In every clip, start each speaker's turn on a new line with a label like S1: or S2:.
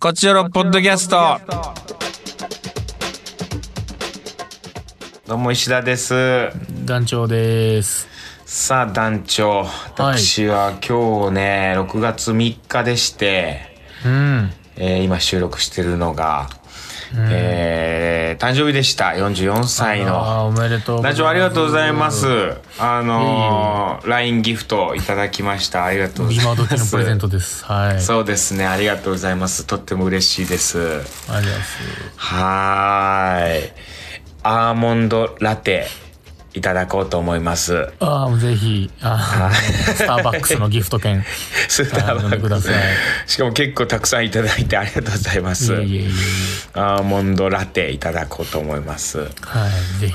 S1: こちらのポッドキャスト。どうも石田です。
S2: 団長です。
S1: さあ団長、私は今日ね、6月3日でして、
S2: うん。
S1: えー今収録してるのが、えー誕生日でした。44歳の。
S2: あーおめでとうございま
S1: 団
S2: す。
S1: 長ありがとうございます。あのー、LINE ギフトいただきました。ありがとうござい
S2: 今
S1: ます。
S2: 時のプレゼントです。はい。ありがとう
S1: そうですね。ありがとうございます。とっても嬉しいです。
S2: ございます。
S1: はーい。アーモンドラテいただこうと思います。
S2: ああ、もうぜひ、あースターバックスのギフト 券。
S1: スターバ
S2: 飲んで
S1: ッ
S2: くだ
S1: ク
S2: さい
S1: ス。しかも結構たくさんいただいてありがとうございま
S2: い
S1: す
S2: え。いえいえ。
S1: アーモンドラテいただこうと思います。
S2: はい、ぜ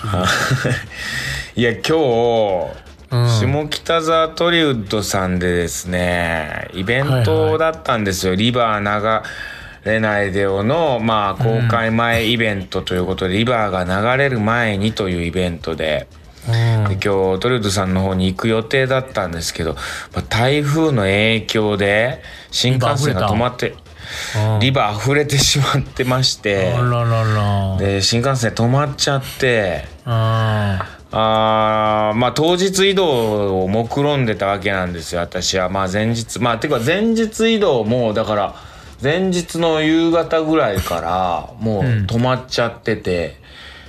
S2: ひ。
S1: いや、今日、
S2: うん
S1: 下北沢トリウッドさんでですね、イベントだったんですよ。リバー流れないでよの、まあ、公開前イベントということで、リバーが流れる前にというイベントで、
S2: うん
S1: で今日トリュードさんの方に行く予定だったんですけど、まあ台風の影響で新幹線が止まって
S2: うん
S1: リバー溢れてしまってまして
S2: あららら。
S1: で新幹線止まっちゃって
S2: う
S1: あーまあ当日移動を目論んでたわけなんですよ私はまあ前日まあていうか前日移動もだから前日の夕方ぐらいからもう止まっちゃってて。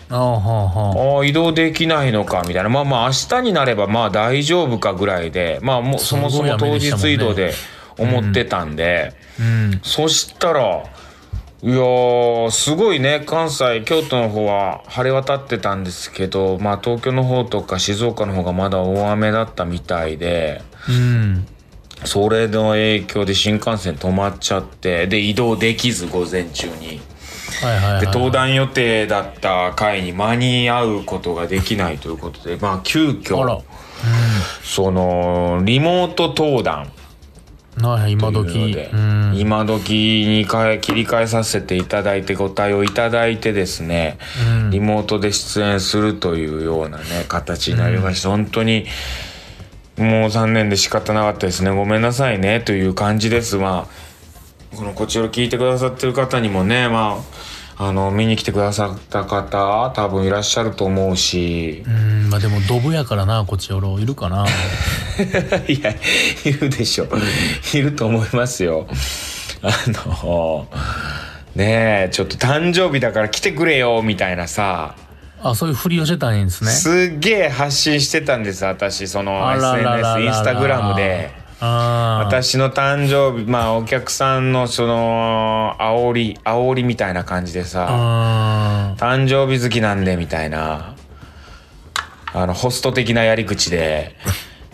S2: ん。ああ、は
S1: ああ移動できないのかみたいなまあまあ明日になればまあ大丈夫かぐらいでまあもうそもそも当日移動で思ってたんで、
S2: あ、うん。
S1: そしたらいやーすごいね関西京都の方は晴れ渡ってたんですけどまあ東京の方とか静岡の方がまだ大雨だったみたいで
S2: うん。
S1: それの影響で新幹線止まっちゃってで移動できず午前中に。
S2: はいはいはい。
S1: で登壇予定だった回に間に合うことができないということで、まあ、急
S2: あら
S1: 遽。そのリモート登壇
S2: はい、今
S1: というの
S2: 時。
S1: で、
S2: うん。
S1: 今時に変え切り替えさせていただいてご対応いただいてですね、
S2: うん
S1: リモートで出演するというようなね形になりました、本当にもう残念で仕方なかったですねごめんなさいねという感じですまあこのこちらを聞いてくださってる方にもねまああの見に来てくださった方多分いらっしゃると思うし
S2: うん、まあでも、ドブやからな、こっちおろ。いるかな。
S1: いやいるでしょいると思いますよあのねえちょっと誕生日だから来てくれよみたいなさ
S2: あ、そういうふりをしてたんですね。
S1: すっげえ発信してたんです私その
S2: あららららら
S1: SNS インスタグラムで。
S2: あー
S1: 私の誕生日まあお客さんのその煽り煽りみたいな感じでさ
S2: あ
S1: 誕生日好きなんでみたいなあのホスト的なやり口で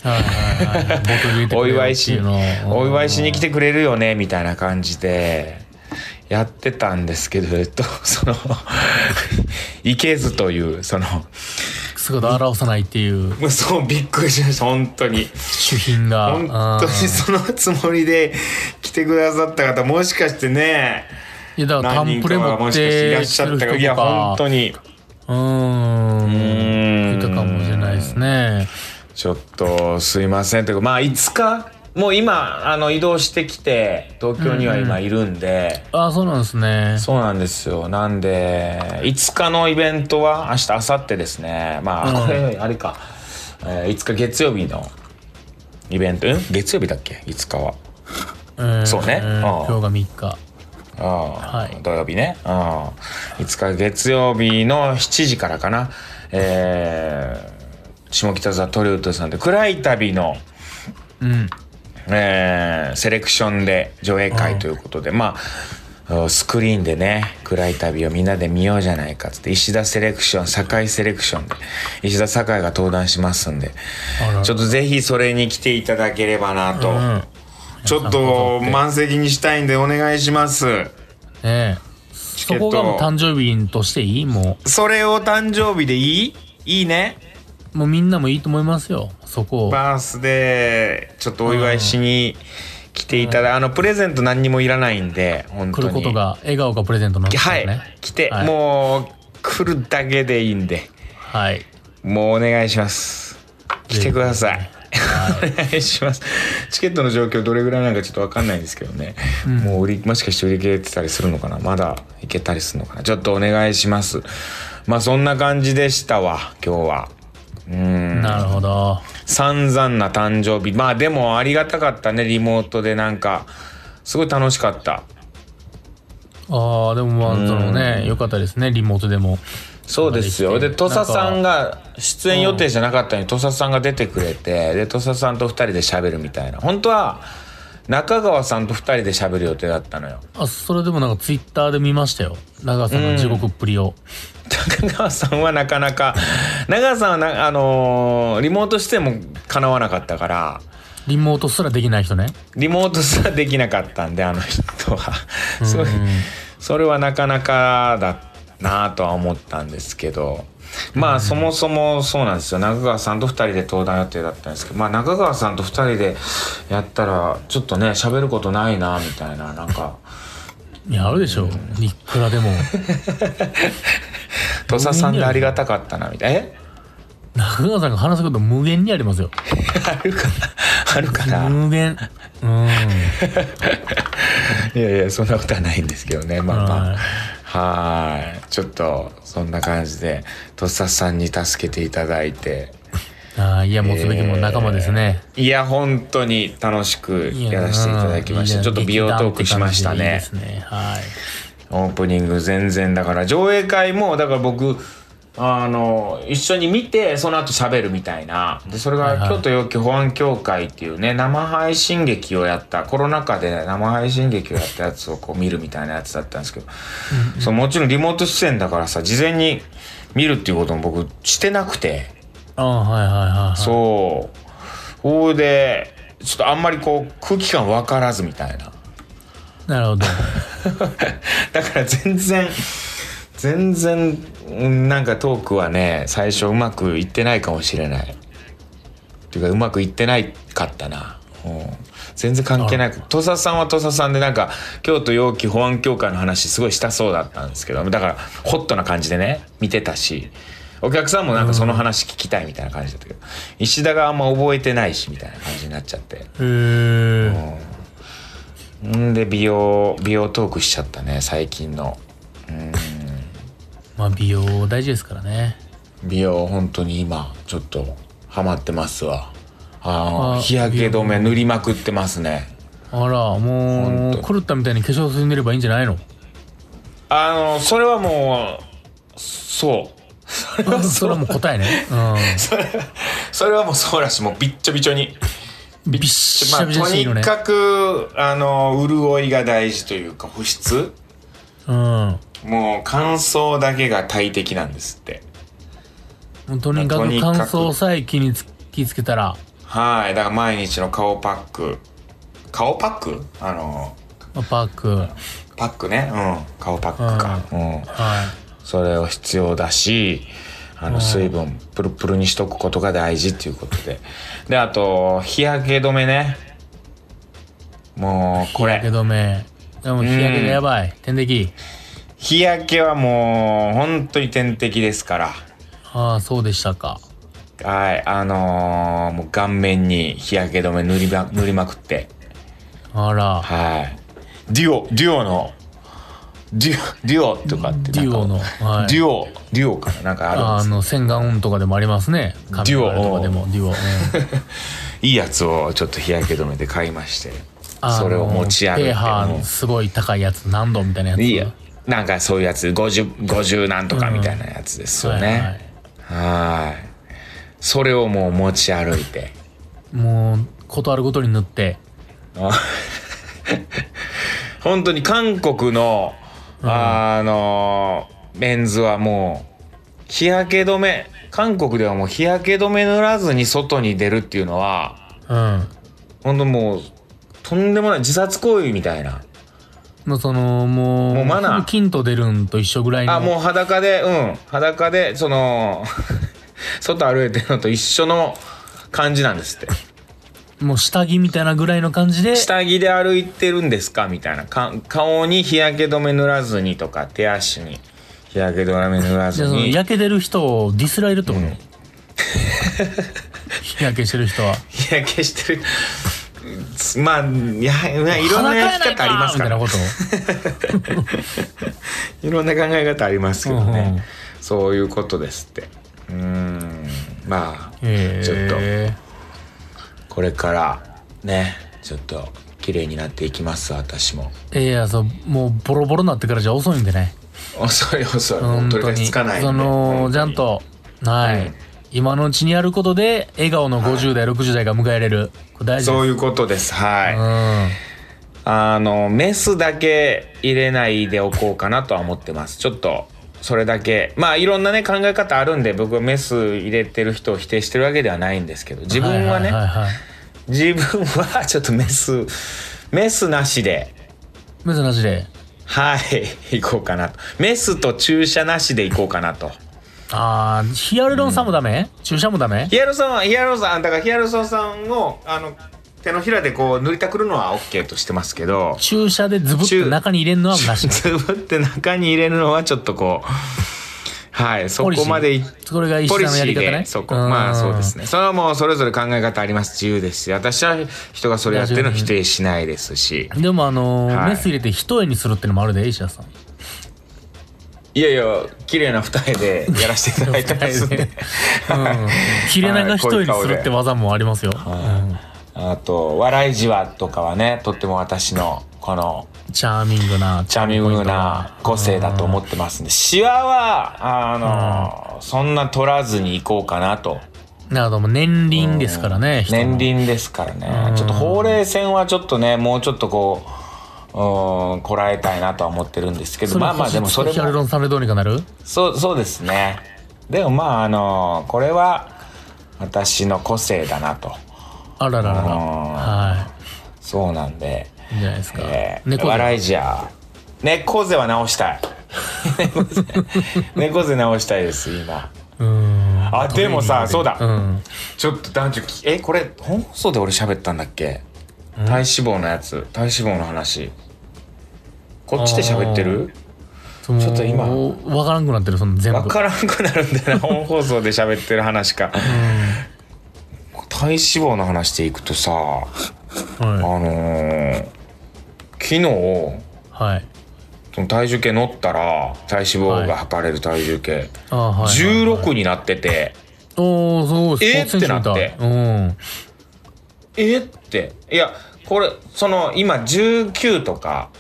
S2: ーはいはいはいボトル入れてく
S1: お
S2: れよ
S1: 祝い
S2: って
S1: し
S2: うのを
S1: お祝いしに来てくれるよねみたいな感じでやってたんですけどえっと そのいけずというその
S2: 姿を表さないっていう
S1: そうびっくりしました本当に。
S2: 主品が
S1: 本当にそのつもりで来てくださった方もしかしてね
S2: うんいやだから
S1: 何
S2: タン
S1: 人
S2: プ
S1: か
S2: レ持
S1: はも
S2: っ
S1: しかしていらって
S2: き
S1: しゃ
S2: て
S1: っ
S2: る
S1: た
S2: 人と
S1: か
S2: か
S1: いや本当
S2: に
S1: に
S2: うーん
S1: ーん
S2: いたかもしれないですね
S1: ちょっとすいませんというかまあいつかもう今あの移動してきて東京には今いるんで、
S2: あーそうなんですね
S1: そうなんですよなんで5日のイベントは明日明後日ですねまあ、
S2: うん
S1: これあれか、えー5日月曜日のイベントん月曜日だっけ5日は
S2: ん
S1: そうね
S2: ん
S1: うん
S2: 今日が3日
S1: は
S2: はい
S1: 土曜日ね、うん、5日月曜日の7時からかな、えー下北沢トリウッドさんで「暗い旅の」
S2: うん
S1: えーセレクションで上映会ということで、まあうんスクリーンでね「暗い旅」をみんなで見ようじゃないかっつって石田セレクション酒井セレクションで石田酒井が登壇しますんで
S2: あら
S1: ちょっとぜひそれに来ていただければなと、
S2: うん
S1: ちょっと満席にしたいんでお願いします。
S2: ねえ
S1: ケ
S2: そ
S1: ット
S2: こがもう誕生日としていいも
S1: それを誕生日でいいいいね
S2: うもうみんなもいいと思いますよそこを
S1: バースデーちょっとお祝いしに来ていただ、あのプレゼント何にもいらないんで本当
S2: 来
S1: に
S2: ることが笑顔がプレゼントなんですか
S1: は
S2: ら
S1: い、
S2: ね
S1: 来て、
S2: はい
S1: もう来るだけでいいんで
S2: はい
S1: もうお願いします来てください お願いしますチケットの状況どれぐらいなのかちょっと分かんないんですけどね、もう売りもしかして売り切れてたりするのかなまだいけたりするのかなちょっとお願いしますまあそんな感じでしたわ今日はうん
S2: なるほど。
S1: 散々な誕生日まあでもありがたかったねリモートでなんかすごい楽しかった
S2: ああ、でもまあ、そのね、良かったですね、リモートでも。
S1: そうですよ
S2: まで
S1: で
S2: きて
S1: 土佐さんが出演予定じゃなかったのに土佐さんが出てくれてで土佐さんと2人で喋るみたいな本当は中川さんと2人で喋る予定だったのよ
S2: あ、それでもなんかツイッターで見ましたよ。長さんの地獄っぷりを。
S1: 中川さんはなかなか中川さんはなあのーリモートしてもかなわなかったから
S2: リモートすらできない人ね。
S1: リモートすらできなかったんであの人はそうそれはなかなかだなとは思ったんですけどまあそもそもそうなんですよ中川さんと2人で登壇予定だったんですけどまあ中川さんと2人でやったらちょっとね喋ることないなみたいななんか
S2: いや、あるでしょ。いくら でも。
S1: 土佐さんでありがたかったなみたいなえ
S2: 中川さんが話すこと無限にありますよ。
S1: あるかな あるかな
S2: 無限。うん。
S1: いやいやそんなことはないんですけどねまあま
S2: はい
S1: あはいちょっとそんな感じで土佐さんに助けていただいて
S2: ああ、いや、持つべきも仲間ですね。
S1: いや本当に楽しくやらせていただきましたちょっと美容トークしましたね
S2: いいですね。はい。
S1: オープニング全然だから上映会もだから僕あの一緒に見てその後喋るみたいなでそれ
S2: はいは
S1: が
S2: い
S1: 京都陽気保安協会っていうね生配信劇をやったコロナ禍で生配信劇をやったやつをこう見るみたいなやつだったんですけどそうもちろんリモート出演だからさ事前に見るっていうことも僕してなくて。
S2: ああ、はいはいはいはい。
S1: そう。ほうで、ちょっとあんまりこう空気感分からずみたいな。
S2: なるほど。
S1: だから全然、全然、うんなんかトークはね、最初うまくいってないかもしれない。っていうか、うまくいってないかったな。うん全然関係なく土佐さんは土佐さんでなんか京都陽気保安協会の話すごいしたそうだったんですけどだからホットな感じでね見てたしお客さんもなんかその話聞きたいみたいな感じだったけど、石田があんま覚えてないしみたいな感じになっちゃって
S2: へえ。
S1: んで美容美容トークしちゃったね最近の
S2: まあ、美容大事ですからね。
S1: 美容本当に今ちょっとハマってますわあー
S2: あ
S1: 日焼け止め塗りまくってますね
S2: あら、もう、狂ったみたいに化粧水塗ればいいんじゃないの
S1: あのそれはもう そう
S2: それはもう答えね。
S1: それ それはもうそうらしいもうびっちょびちょに、
S2: うん。びっし
S1: ま
S2: ゃ
S1: あ、
S2: びしゃ
S1: と
S2: していい
S1: に
S2: のね。
S1: かくあの潤いが大事というか保湿
S2: うん。
S1: もう乾燥だけが大敵なんですって
S2: もうとにか
S1: と
S2: く
S1: に
S2: 乾
S1: かく
S2: 燥さえ気につ気ぃつけたら、
S1: はいだから毎日の顔パック顔パックあの
S2: まあパック、はい。
S1: パックねうん顔パックか、うん、それを必要だしあの水分プルプルにしとくことが大事っていうことでであと日焼け止めねもうこ
S2: 日焼け
S1: れ
S2: 止め。でも日焼けがやばい。点滴。
S1: 日焼けはもう本当に天敵ですから
S2: ああ、そうでしたか。
S1: はいあのーもう顔面に日焼け止め塗りま塗りまくって
S2: あら。
S1: はいデュオデュオのデュデュオとかって
S2: デ
S1: なん
S2: ュ
S1: か
S2: オの、はい、
S1: デュオデュオかななんかあるんですけど
S2: あの洗顔音とかでもありますね
S1: デュオ
S2: 髪の毛とかでもデュオ、うん
S1: いいやつをちょっと日焼け止めで買いまして
S2: あの
S1: それを持ち歩いて
S2: ペーハ
S1: も
S2: ーすごい高いやつ何度みたいなやつ
S1: ういいやなんかそういうやつ 50, 50なんとかみたいなやつですよ
S2: はいは
S1: ね、はいそれをもう持ち歩いて
S2: いもうことあるごとに塗って
S1: あ本当に韓国の、あのメンズはもう日焼け止め韓国ではもう日焼け止め塗らずに外に出るっていうのは
S2: うん
S1: 本当もうとんでもない自殺行為みたいな
S2: もうそのもう
S1: もうマナー
S2: ほぼ金と出るんと一緒ぐらいの
S1: あもう裸でうん裸でその 外歩いてるのと一緒の感じなん ですって
S2: もう下着みたいなぐらいの感じで
S1: 下着で歩いてるんですかみたいなか顔に日焼け止め塗らずにとか手足に日焼け止め塗ら
S2: じ
S1: ず
S2: ゃあその
S1: に
S2: 焼けてる人をディスられるってこと、日 焼けしてる人は。
S1: 日焼けしてる まあやいろんな焼き方ありますから
S2: 裸やないかみたいなこ
S1: いろんな考え方ありますけどね、
S2: うんうん
S1: そういうことですってうーんまあ
S2: と。 へえ。
S1: これからねちょっと綺麗になっていきます私も
S2: ええや、そう、もうボロボロになってからじゃ遅いんでね。
S1: 遅い遅いもう
S2: 本
S1: 取
S2: 当
S1: り返
S2: に。
S1: しつかないんで
S2: その、
S1: 本当に
S2: ちゃんと、はい、
S1: うん
S2: 今のうちにやることで、笑顔の50代、60代が迎えれる。これ大事です。
S1: そういうことですはい、
S2: うん。
S1: あのメスだけ入れないでおこうかなとは思ってますちょっとそれだけまあいろんなね考え方あるんで僕はメス入れてる人を否定してるわけではないんですけど自分はね、
S2: いいはいはい
S1: 自分は ちょっとメスメスなしで
S2: 珍しいで。
S1: はい行こうかなとメスと注射なしで行こうかなと
S2: あー、ヒアルロン酸もダメ、注射もダメ
S1: ヒアルソンはヒアルソンだからヒアルソンさんをあの手のひらでこう塗りたくるのは OK としてますけど
S2: 注射でズブって
S1: 注
S2: 中に入れんのは なし。
S1: つぶって中に入れるのはちょっとこうはいそこまでい
S2: これが石
S1: ポ
S2: 田
S1: リ
S2: の
S1: シ
S2: やり
S1: ー
S2: 方ね
S1: で。そこまあそうです
S2: ね。
S1: ねそれはもうそれぞれ考え方あります自由ですし私は人がそれやってるの否定しないですし
S2: でもあのー
S1: はい
S2: メス入れて一重にするってのもあるで石田さん。
S1: いやいや綺麗な二重でやらせていただいてますん
S2: 二重
S1: で
S2: で うん。切れ長一重にするって技もありますよ。
S1: あと笑いじわとかはねとっても私のこの
S2: うんチャーミングな。
S1: チャーミングな個性だと思ってますんでシワはあのそんな取らずにいこうかなと
S2: なるほど、もう年輪ですからね。人の
S1: 年。輪ですからねちょっとほうれい線はちょっとねもうちょっとこううーんこらえたいなとは思ってるんですけど
S2: それ
S1: まあまあでもそれ
S2: ヒアル
S1: も
S2: ロン酸でどうにかなる
S1: そうそうですねでもまああのこれは私の個性だなと
S2: あらららら。は
S1: そうなんで、
S2: い。いいんじゃないですか。
S1: えー、
S2: 猫
S1: 笑
S2: で。
S1: いじゃ猫背は直したい 猫背直したいです今
S2: うん。
S1: あでもさそうだ、
S2: うん。
S1: ちょっと男女きえこれ本放送で俺喋ったんだっけ、体脂肪のやつ体脂肪の話こっちで喋ってる
S2: ちょ
S1: ちょっと今
S2: わからんくなってる、その全部。
S1: 分からんくなるん だよな本放送で喋ってる話か体脂肪の話でいくとさあ
S2: うんはい。
S1: のー昨日
S2: はい。
S1: その体重計乗ったら体脂肪が測れる体重計、
S2: あーはい。
S1: 16になってて、
S2: おおすごい
S1: えー
S2: スポーツ選手みたい
S1: って
S2: うん
S1: えっていやこれその今19とか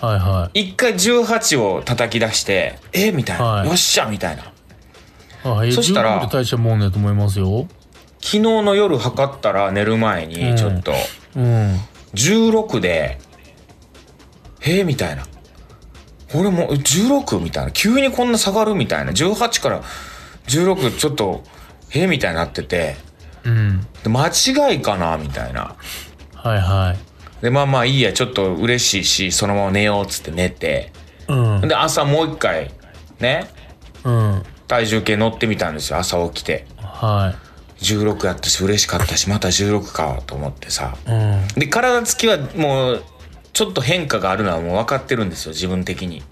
S2: はいはい
S1: 一回18を叩き出してえみたいな、
S2: はい
S1: よっしゃみたいな
S2: あえー
S1: そしたら
S2: 15で大したもんだと思いますよ
S1: 昨日の夜測ったら寝る前
S2: う
S1: に
S2: ん
S1: ちょっと
S2: うん
S1: 16で「えみたいな「俺もう 16? みたいな急にこんな下がるみたいな18から16ちょっと「えみたいになってて
S2: うん
S1: で間違いかなみたいな
S2: はいはい
S1: でまあまあいいやちょっと嬉しいしそのまま寝ようっつって寝て
S2: うん
S1: で朝もう一回ね
S2: うん
S1: 体重計乗ってみたんですよ朝起きて。
S2: は
S1: 16やったし嬉しかったしまた16かと思ってさ
S2: いうん
S1: で体つきはもうちょっと変化があるのはもう分かってるんですよ自分的に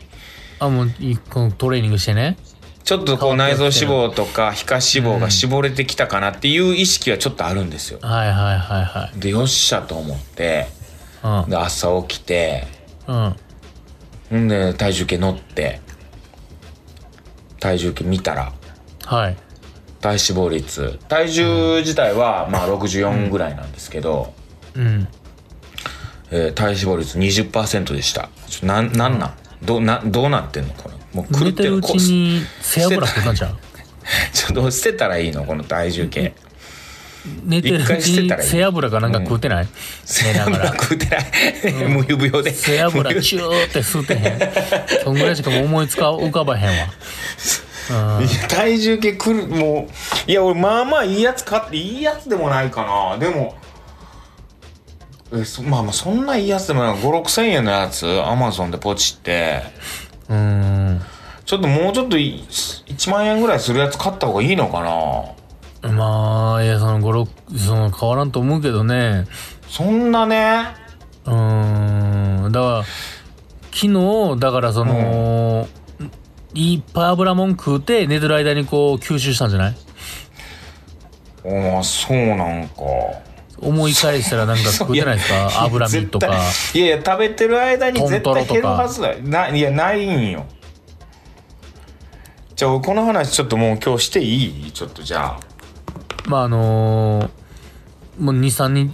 S2: あもう一個トレーニングしてね
S1: ちょっとこう
S2: 変わって
S1: 内
S2: き
S1: 臓
S2: てる
S1: 脂肪とか皮下脂肪が絞れてきたかなっていう意識はちょっとあるんですよ
S2: はいはいはいはい
S1: でよっしゃと思って
S2: うん
S1: で朝起きて
S2: うん
S1: んで体重計乗って体重計見たら
S2: はい
S1: 体脂肪率体重自体はまあ64ぐらいなんですけど、
S2: うん
S1: えー体脂肪率20%でした。ちょなんなんなんどなどうなってんのこれもう狂
S2: 寝
S1: って
S2: てる
S1: る
S2: うちに背脂ってなんちゃう
S1: こ ちょっと捨てたらいいのこの体重計。
S2: 寝てるう
S1: 一回
S2: ち
S1: してた
S2: に
S1: らいい
S2: 背脂がなんか食うてない
S1: 背脂 食うてない。無油無用で。
S2: 背脂チューって吸うてへんそんぐらいしかもう思いつか浮かばへんわう
S1: い
S2: ん
S1: や体重計くるもういや俺まあまあいいやつ買っていいやつでもないかなでもえそまあまあそんないいやつでもない5 6千円のやつアマゾンでポチって
S2: うん
S1: ちょっともうちょっとい1万円ぐらいするやつ買った方がいいのかな
S2: まあいやその56その変わらんと思うけどね
S1: そんなね
S2: うーんだから昨日だからその、いっぱい油もん食うて寝てる間にこう吸収したんじゃない
S1: ああそうなんか
S2: 思い返したらなんか食ってないですか脂身とか
S1: 絶対いやいや食べてる間に絶対減るはずだないやないんよじゃあ俺この話ちょっともう今日していいちょっとじゃあ
S2: まああのーもう23日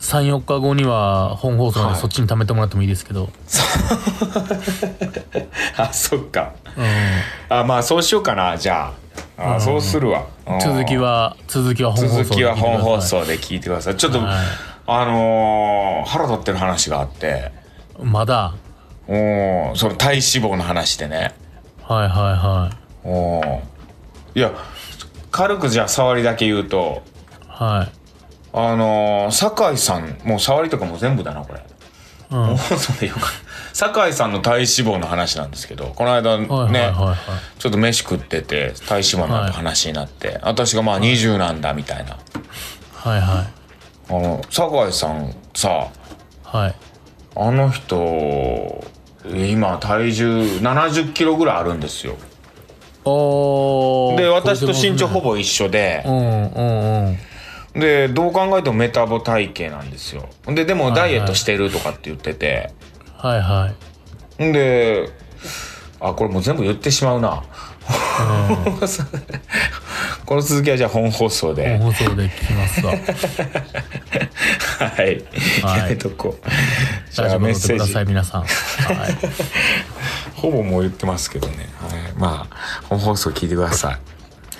S2: 34日後には本放送なん
S1: は
S2: で
S1: い
S2: そっちに貯めてもらってもいいですけど、
S1: あそっかあまあそうしようかなじゃああ、そうするわ
S2: うん、続きは続きは本放送
S1: 続き
S2: で聞
S1: は本放送で聞
S2: いてください
S1: いてくださいちょっと、
S2: はい
S1: あのー腹立ってる話があって
S2: まだ
S1: おーその体脂肪の話でね
S2: はいはいはい
S1: おーいや軽くじゃあ触りだけ言うと
S2: はい
S1: あのー、酒井さんもう触りとかも全部だなこれ、
S2: うんはい
S1: 放送でよかった酒井さんの体脂肪の話なんですけどこの間ね、
S2: はいはいはい、
S1: ちょっと飯食ってて体脂肪の話になって、私がまあ20なんだみたいな、
S2: はいはい
S1: あの酒井さんさ
S2: はい
S1: あの人今体重70キロぐらいあるんですよ
S2: おー
S1: で私と身長ほ
S2: ぼ
S1: ぼ一緒で
S2: うんうんうん
S1: でどう考えてもメタボ体型なんですよででもダイエッ
S2: はいは
S1: ト
S2: い
S1: してるとかって言ってて、
S2: はいはい
S1: んであこれもう全部言ってしまうな この続きはじゃあ本放送で、
S2: 本放送で聞きます わ
S1: はい、やめとこうじ
S2: 大
S1: ゃ
S2: 丈
S1: あ
S2: 夫
S1: メッ
S2: 乗って
S1: セ
S2: く
S1: ー
S2: だ
S1: ジ
S2: さい皆さんはい
S1: ほぼもう言ってますけどね、はい、まあ本放送聞いてくださ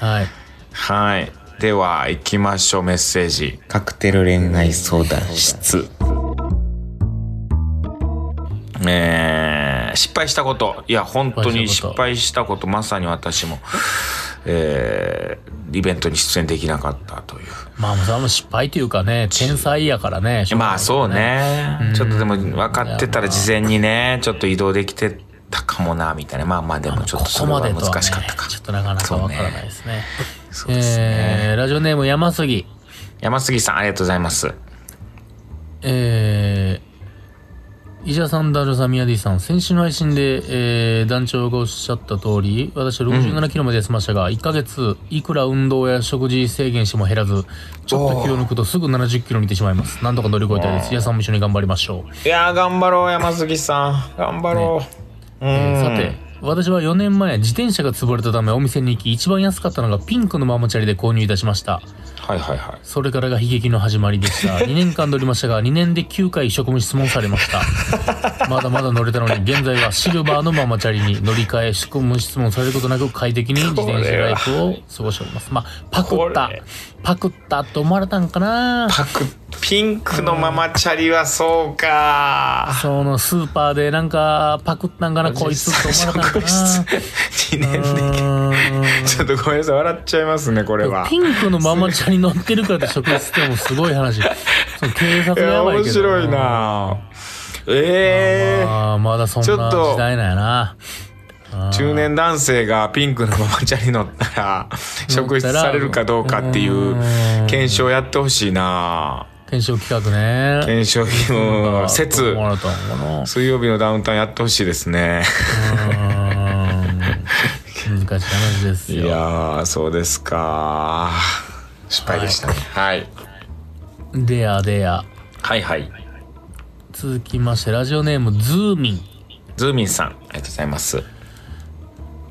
S1: い
S2: はい
S1: はい。では、行きましょう、メッセージ。カクテル恋愛相談室。えー、失敗したこと。いや、本当に
S2: 失
S1: 失
S2: 敗した
S1: 敗したこ
S2: こと
S1: と、まさに私も、えー、イベントに出演できなかったという。
S2: まあそれはもう失敗というか ね天才やからね
S1: まあ、そうね。ちょっとでも、分かってた
S2: いやま
S1: ら
S2: あ
S1: 事前にね、ちょっと移動できてたかもな、みたいな。まあまあ、でもちょっ
S2: こと
S1: そ
S2: こ
S1: れ
S2: ま
S1: は
S2: で
S1: 難
S2: とはね
S1: しかったか。
S2: ちょっとなかなかわからない
S1: そうね
S2: ですね
S1: そうですね。
S2: えーラジオネーム山杉
S1: 山杉さん、ありがとうございます。
S2: えー、石田さん、ダルさん、宮 D さん、先週の配信で、えー団長がおっしゃった通り、私は67キロまで痩せましたが、1ヶ月、いくら運動や食事制限しても減らず、ちょっと気を抜くとすぐ70キロにいってしまいます。なんとか乗り越えたいです。石田さんも一緒に頑張りましょう。
S1: いやー頑張ろう山杉さん頑張ろう、
S2: えー
S1: う
S2: さ
S1: ん
S2: て、私は4年前、自転車が潰れたためお店に行き、一番安かったのがピンクのママチャリで購入いたしました。
S1: はいはいはい
S2: それからが悲劇の始まり でした。2年間乗りましたが、2年で9回職務質問されました。まだまだ乗れたのに、現在はシルバーのママチャリに乗り換え、職務質問されることなく快適に自転車ライフを過ごしております。まあ、パクっ
S1: こ
S2: た
S1: れ。
S2: パクったと思われたんかな
S1: パクピンクのママチャリはそうか
S2: そのスーパーでなんか、パクったんかなこいつと思われたんかな
S1: 2年
S2: う
S1: で
S2: ーん
S1: ちょっとごめんなさい笑っちゃいますねこれは
S2: ピンクのママチャリ乗ってるからって職務質問もすご い話。その警察
S1: い
S2: がや
S1: や
S2: ばい
S1: 面
S2: けど。
S1: 白いなええ
S2: ああまだそんな
S1: ちょ
S2: 時
S1: っと
S2: 代なんやな。
S1: 中年男性がピンクのママチャリ乗ったら職質されるかどうかっていう検証やってほしいな
S2: 検証企画ね。
S1: 検証費を説
S2: もらったのかな。う
S1: 水曜日のダウンタウンやってほしいですね
S2: ーん難しい話です
S1: い
S2: よ。
S1: やーそうですか失敗でしたねはい
S2: でやでや。
S1: はいはい
S2: 続きましてラジオネームズーミン。
S1: ズーミンさんありがとうございます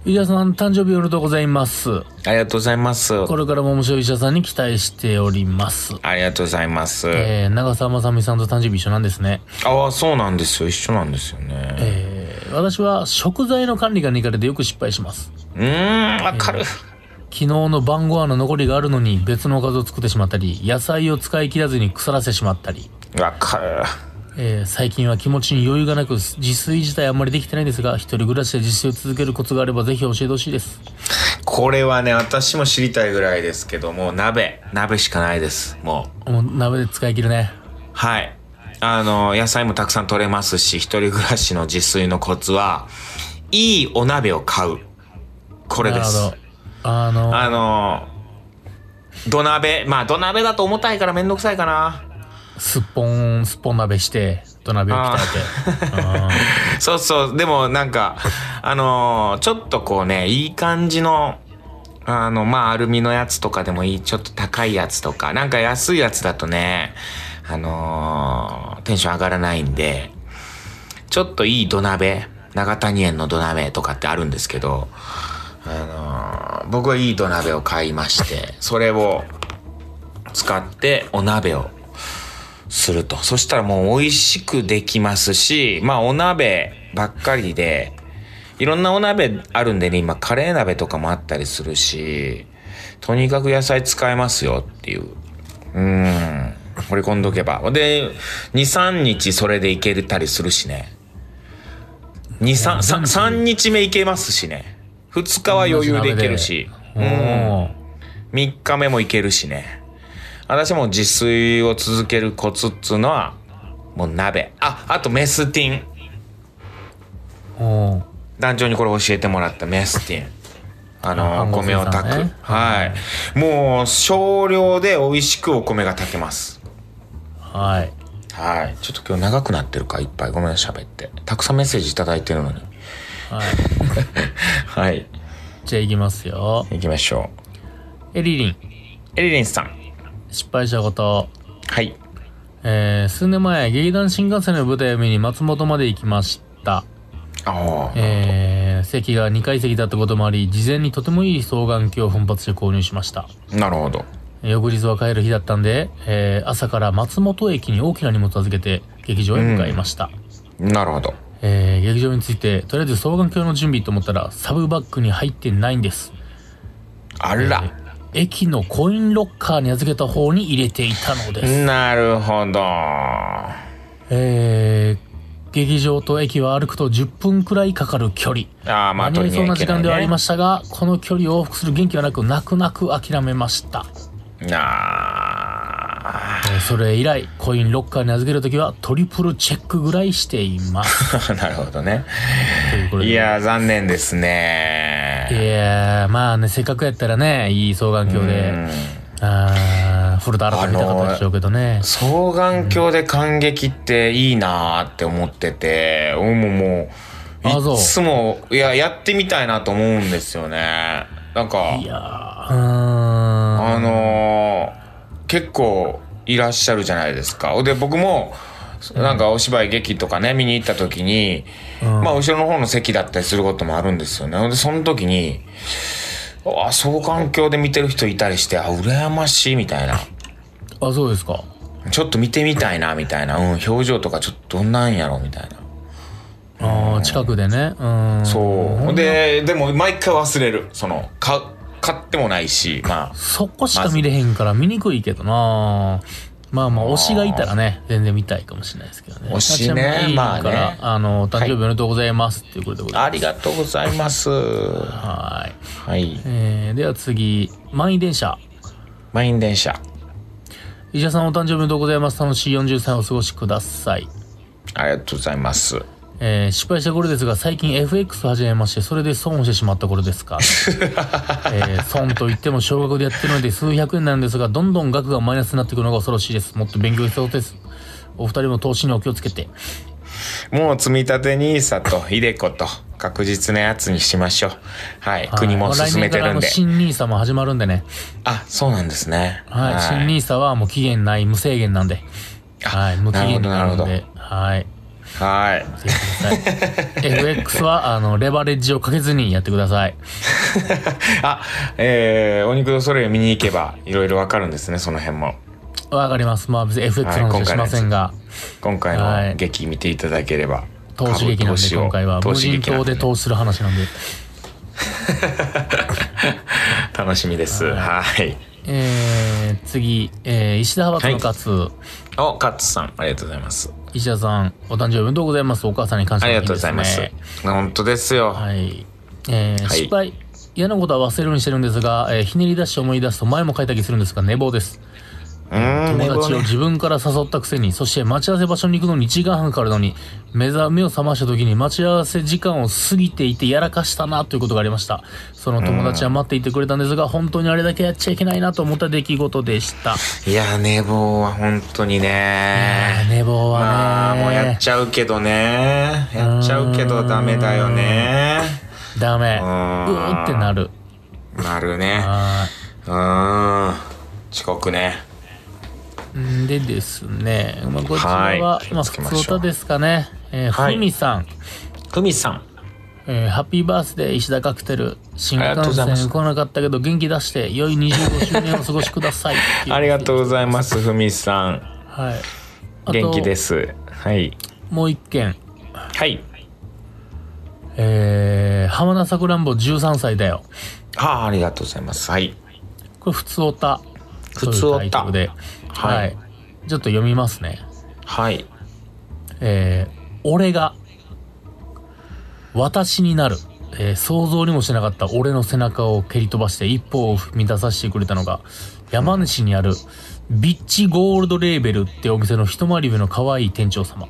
S2: 石田さん誕生日おめでとうございます。
S1: ありがとうございます
S2: これからも面白い石田さんに期待しております。
S1: ありがとうございます、
S2: えー、長澤まさみさんと誕生日一緒なんですね。
S1: ああそうなんですよ一緒なんですよね
S2: えー、私は食材の管理が苦手でよく失敗します。
S1: うーんわかる、
S2: 昨日の晩ご飯の残りがあるのに別のおかずを作ってしまったり野菜を使い切らずに腐らせてしまったり、
S1: わかる
S2: えー最近は気持ちに余裕がなく自炊自体あんまりできてないんですが一人暮らしで自炊を続けるコツがあればぜひ教えてほしいです
S1: これはね私も知りたいぐらいですけども鍋鍋しかないですもう
S2: もう鍋で使い切るね
S1: はいあの野菜もたくさん取れますし一人暮らしの自炊のコツはいいお鍋を買うこれで
S2: なるほ
S1: す
S2: どあの
S1: あのー、土鍋、まあ土鍋だと重たいからめんどくさいかな。
S2: すっぽんすっぽん鍋して土鍋を鍛えてあ
S1: そうそう、でもなんか、あのー、ちょっとこうね、いい感じの、あの、まあ、アルミのやつとかでもいい、ちょっと高いやつとか、なんか安いやつだとね、あのーテンション上がらないんで、ちょっといい土鍋、長谷園の土鍋とかってあるんですけど、あのー僕はいい土鍋を買いまして、それを使ってお鍋をすると。そしたらもう美味しくできますし、まあお鍋ばっかりで、いろんなお鍋あるんでね、今カレー鍋とかもあったりするし、とにかく野菜使えますよっていう。うん。掘り込んどけば。で、2、3日それでいけたりするしね。2、3、3 3日目いけますしね。2日は余裕でいけるし。
S2: おー
S1: 3日目もいけるしね私も自炊を続けるコツっつうのはもう鍋ああとメスティン
S2: おー
S1: 団長にこれ教えてもらったメスティンあ
S2: あ
S1: の
S2: 半
S1: お
S2: 合
S1: 米を炊
S2: 生
S1: く、
S2: 産ね
S1: はいもう少量で美味しくお米が炊けます
S2: はい
S1: はいちょっと今日長くなってるかいっぱいごめん喋ってたくさんメッセージ頂いただいてるのに
S2: はい
S1: はい
S2: じゃあいきますよ
S1: 行きましょう
S2: エリリン
S1: エリリンさん
S2: 失敗したこと
S1: はい
S2: えー、数年前劇団新幹線の舞台を見に松本まで行きました
S1: ああ
S2: えー、席が2階席だったこともあり事前にとてもいい双眼鏡を奮発して購入しました
S1: なるほど
S2: 翌日は帰る日だったんで、えー朝から松本駅に大きな荷物を預けて劇場へ向かいました、
S1: なるほど
S2: えー劇場についてとりあえず双眼鏡の準備と思ったらサブバッグに入ってないんです
S1: あら、
S2: 駅のコインロッカーに預けた方に入れていたのです、
S1: なるほど。
S2: えー劇場と駅は歩くと10分くらいかかる距離
S1: ああ、まあ、
S2: 間に合いそうな時間ではありま
S1: し
S2: したが、この距離を往復する元気はなく泣く泣く諦めました
S1: た。あ
S2: えーそれ以来コインロッカーに預けるときはトリプルチェックぐらいしています
S1: あ、 なるほどね。
S2: ということで
S1: いやー、残念です
S2: い
S1: ね。
S2: やーまあねせっかくやったらねいい双眼鏡で
S1: うん
S2: あー古田新太見たかったでしょうけどね
S1: 双眼鏡で感激っていいなーって思ってて、うん、もうもう、
S2: あそう
S1: いつも、いや、やってみたいなと思うんですよね。なんか、
S2: いやーうーん
S1: あのー結構いらっしゃるじゃないですか。で、僕も、なんかお芝居劇とかね、見に行った時に、
S2: うん
S1: まあ、後ろの方の席だったりすることもあるんですよね。ほんで、その時に、あ、双眼鏡で見てる人いたりして、あ、羨ましいみたいな。
S2: あそうですか
S1: ちょっと見てみたいな、みたいな。うん、表情とかちょっとどんなんやろ、みたいな。
S2: あー近くでねうん
S1: そう。で、でも毎回忘れる。その、か、買ってもないし、まあ。
S2: そこしか見れへんから見にくいけどなまあまあ推しがいたらね全然見たいかもしれないですけどね
S1: 推しね
S2: ちなみに
S1: まあね
S2: からあのお誕生日
S1: は
S2: おめでとうございますっていうことでございます
S1: ありがとうございます。は
S2: はい、
S1: い。
S2: えー、では次満員電車
S1: 満員電車。
S2: 医者さんお誕生日おめでとうございます楽しい40歳をお過ごしください
S1: ありがとうございます。
S2: えー失敗した頃ですが最近 FX を始めましてそれで損をしてしまった頃で すか、えー損といっても少額でやってるので数百円なんですがどんどん額がマイナスになっていくのが恐ろしいですもっと勉強必要ですお二人も投資にお気をつけて
S1: もう積み立て NISA と iDeCo と確実なやつにしましょう。はい。国も
S2: はい
S1: 進めてるん
S2: ま
S1: で
S2: あ来年。からあの新ニーサも始まるんでね、
S1: あ、そうなんですね。
S2: はい新ニーサはもう期限ない無制限なんではい無期限になるん
S1: なる
S2: ではい
S1: はい。
S2: ぜひください FX はあのレバレッジをかけずにやってください
S1: あ、えー、お肉のソレイユ見に行けばいろいろわかるんですね、その辺も。
S2: わかりますまあ別に FX の話はしませんが、
S1: 今回
S2: は
S1: の
S2: い
S1: 劇見ていただければ。
S2: 投資劇なん
S1: 株投
S2: で
S1: 資を
S2: 今回は無
S1: 投資
S2: 人
S1: 劇な
S2: 島
S1: ん
S2: で投資する話なんで、
S1: 楽しみです。はい。
S2: えー、次、えー、石田派閥の勝、
S1: お、カッツさん、ありがとうございます。
S2: 石田さんお誕生日おめでとうございますお母さんに感謝
S1: あ
S2: の
S1: り
S2: 日
S1: がとうございます。
S2: ですね
S1: 本当ですよ。
S2: はい、えー
S1: はい
S2: 失敗嫌なことは忘れるようにしてるんですが、えーひねり出して思い出すと前も書いた気するんですが寝坊です
S1: うーん、
S2: 友達
S1: ね
S2: を自分から誘ったくせにそして待ち合わせ場所に行くのに1時間半かかるのに目覚めを覚ました時に待ち合わせ時間を過ぎていてやらかしたなということがありましたその友達は待っていてくれたんですが本当にあれだけやっちゃいけないなと思った出来事でした
S1: いや、寝坊は本当にね。
S2: 寝坊
S1: ま
S2: は
S1: あ、
S2: ね
S1: もうやっちゃうけどね。やっちゃうけどダメだよね。
S2: ダメう
S1: ーん
S2: ーってなる
S1: なるね
S2: は
S1: うーん遅刻ね
S2: いんでですね、まあ、こちら
S1: はい
S2: は、ま
S1: 気を
S2: あ、
S1: つけ
S2: 普
S1: ましょ
S2: 通
S1: う
S2: 歌ですかね。えー
S1: はい
S2: ふみさん、
S1: 久美さん
S2: えーハッピーバースデー石田カクテル。新
S1: ありがとう
S2: 幹
S1: ございます
S2: 線来なかったけど元気出して、良い25周年を過ごしください。
S1: ありがとう
S2: う。
S1: ございますふみさん
S2: はい。あと
S1: 元気ですはい
S2: もう一件。
S1: はい
S2: えー、浜名さくらんぼ13歳だよ。
S1: はあありがとうございますはい
S2: これ、普通おた。
S1: 普通おた
S2: というタイトルで。
S1: はい
S2: はい。ちょっと読みますね。
S1: はい
S2: えー俺が、私になる。えー想像にもしなかった俺の背中を蹴り飛ばして一歩を踏み出させてくれたのが、山梨にある、ビッチゴールドレーベルってお店の一回り上の可愛い店長様。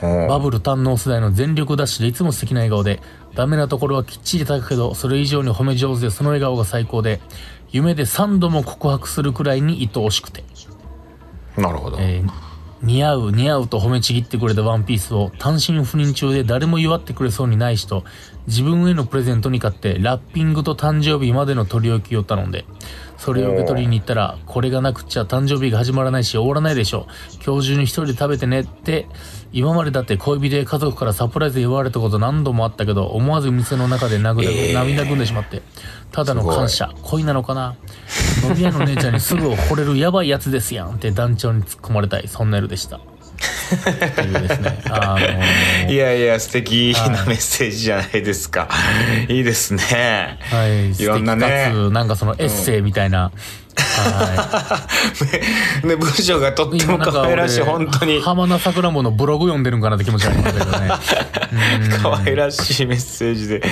S1: ほ
S2: バ
S1: う
S2: ブル堪能世代の全力ダッシュでいつも素敵な笑顔で、ダメなところはきっちり叩くけど、それ以上に褒め上手でその笑顔が最高で、夢で3度も告白するくらいに愛おしくて。
S1: なるほど
S2: えー似合う似合うと褒めちぎってくれたワンピースを単身赴任中で誰も祝ってくれそうにない人自分へのプレゼントに買ってラッピングと誕生日までの取り置きを頼んでそれを受け取りに行ったらこれがなくっちゃ誕生日が始まらないし終わらないでしょう今日中に一人で食べてねって今までだって恋人や家族からサプライズで言われたこと何度もあったけど思わず店の中で涙,、涙ぐんでしまってただの感謝恋なのかな飲み屋の姉ちゃんにすぐ惚れる やばいやつですやんって団長に突っ込まれたいそんな夜でした。っていうですね。あの
S1: いやいや素敵
S2: は
S1: ないメッセージじゃないですかいいですね
S2: はい、素
S1: いろ
S2: 敵
S1: んな
S2: か
S1: ね
S2: つなんかそのエッセイみたいな。は
S1: ね文章がとっ
S2: い。
S1: ても可愛らしい
S2: 今なん
S1: 本
S2: か
S1: 当
S2: 俺
S1: に
S2: 浜名桜ものブログ読んでるんかなって気持ちがありましたけ どね。
S1: 可愛らしいメッセージで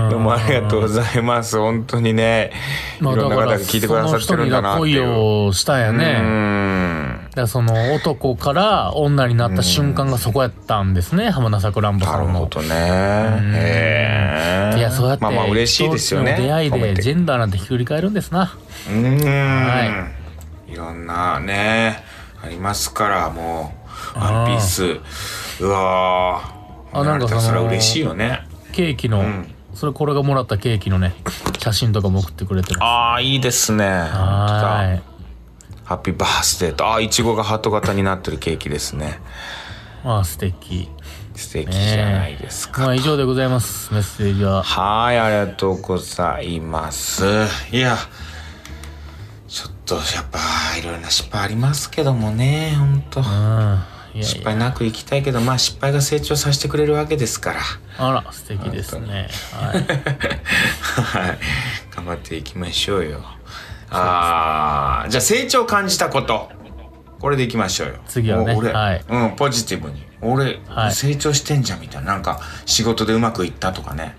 S2: うん
S1: どうもありがとうございます本当にねい
S2: まあ
S1: ろ
S2: だ
S1: んな
S2: か
S1: 方
S2: ら
S1: が聞いてくださって
S2: そ
S1: る
S2: の一
S1: ん
S2: 人
S1: だな
S2: が
S1: って
S2: 恋
S1: いう
S2: をしたんや
S1: う
S2: ね。
S1: ん
S2: だからその男から女になった瞬間がそこやったんですね、浜名桜んぼ
S1: な
S2: さ
S1: る
S2: ん
S1: ほ
S2: の。
S1: どねへえ
S2: いや、そうやって、
S1: まあまあ嬉しいですよね
S2: 人との出会い
S1: 褒め
S2: で
S1: て
S2: ジェンダーなんてひっくり返るんですな。
S1: うー
S2: は
S1: んいろんなねありますからもうワンピースうわー
S2: あなんかその
S1: それは嬉しいよね
S2: ケーキの、それこれがもらったケーキのね、写真とかも送ってくれてる。
S1: ああいいですね
S2: は
S1: ハッピーバースデーとあいちごがハート型になってるケーキですね
S2: い。まあ素敵。
S1: 素敵じゃないですか、
S2: まあ以上でございます。メッセージは。
S1: はいありがとうございますいやちょっとやっぱいろいろな失敗ありますけどもねほんと
S2: うん。いやい
S1: 失
S2: や。
S1: 敗なくいきたいけどまあ失敗が成長させてくれるわけですから
S2: あら、素敵ですね。はい。
S1: はい頑張っていきましょうよあーじゃあ成長を感じたことこれでいきましょうよ
S2: 次はね
S1: もう俺、
S2: はい
S1: うんポジティブに俺、
S2: はい
S1: 成長してんじゃんみたいななんか仕事でうまくいったとかね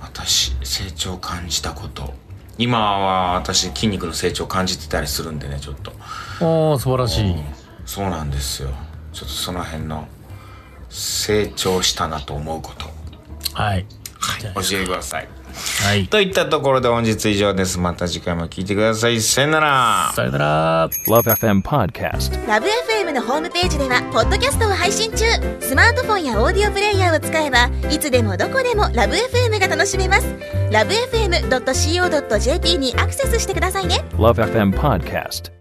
S1: 私成長を感じたこと今は私筋肉の成長を感じてたりするんでねちょっと
S2: おー、素晴らしい。
S1: そうなんですよちょっとその辺の成長したなと思うこと
S2: はい。
S1: はい教えてください
S2: はい。
S1: といったところで本日以上ですまた次回も聞いてくださいさよなら
S2: さよなら。
S3: Love FM Podcast.
S4: ラブ f m のホームページではポッドキャストを配信中スマートフォンやオーディオプレイヤーを使えばいつでもどこでもラブ f m が楽しめますラブ FM.co.jp にアクセスしてくださいね
S3: Love FM Podcast.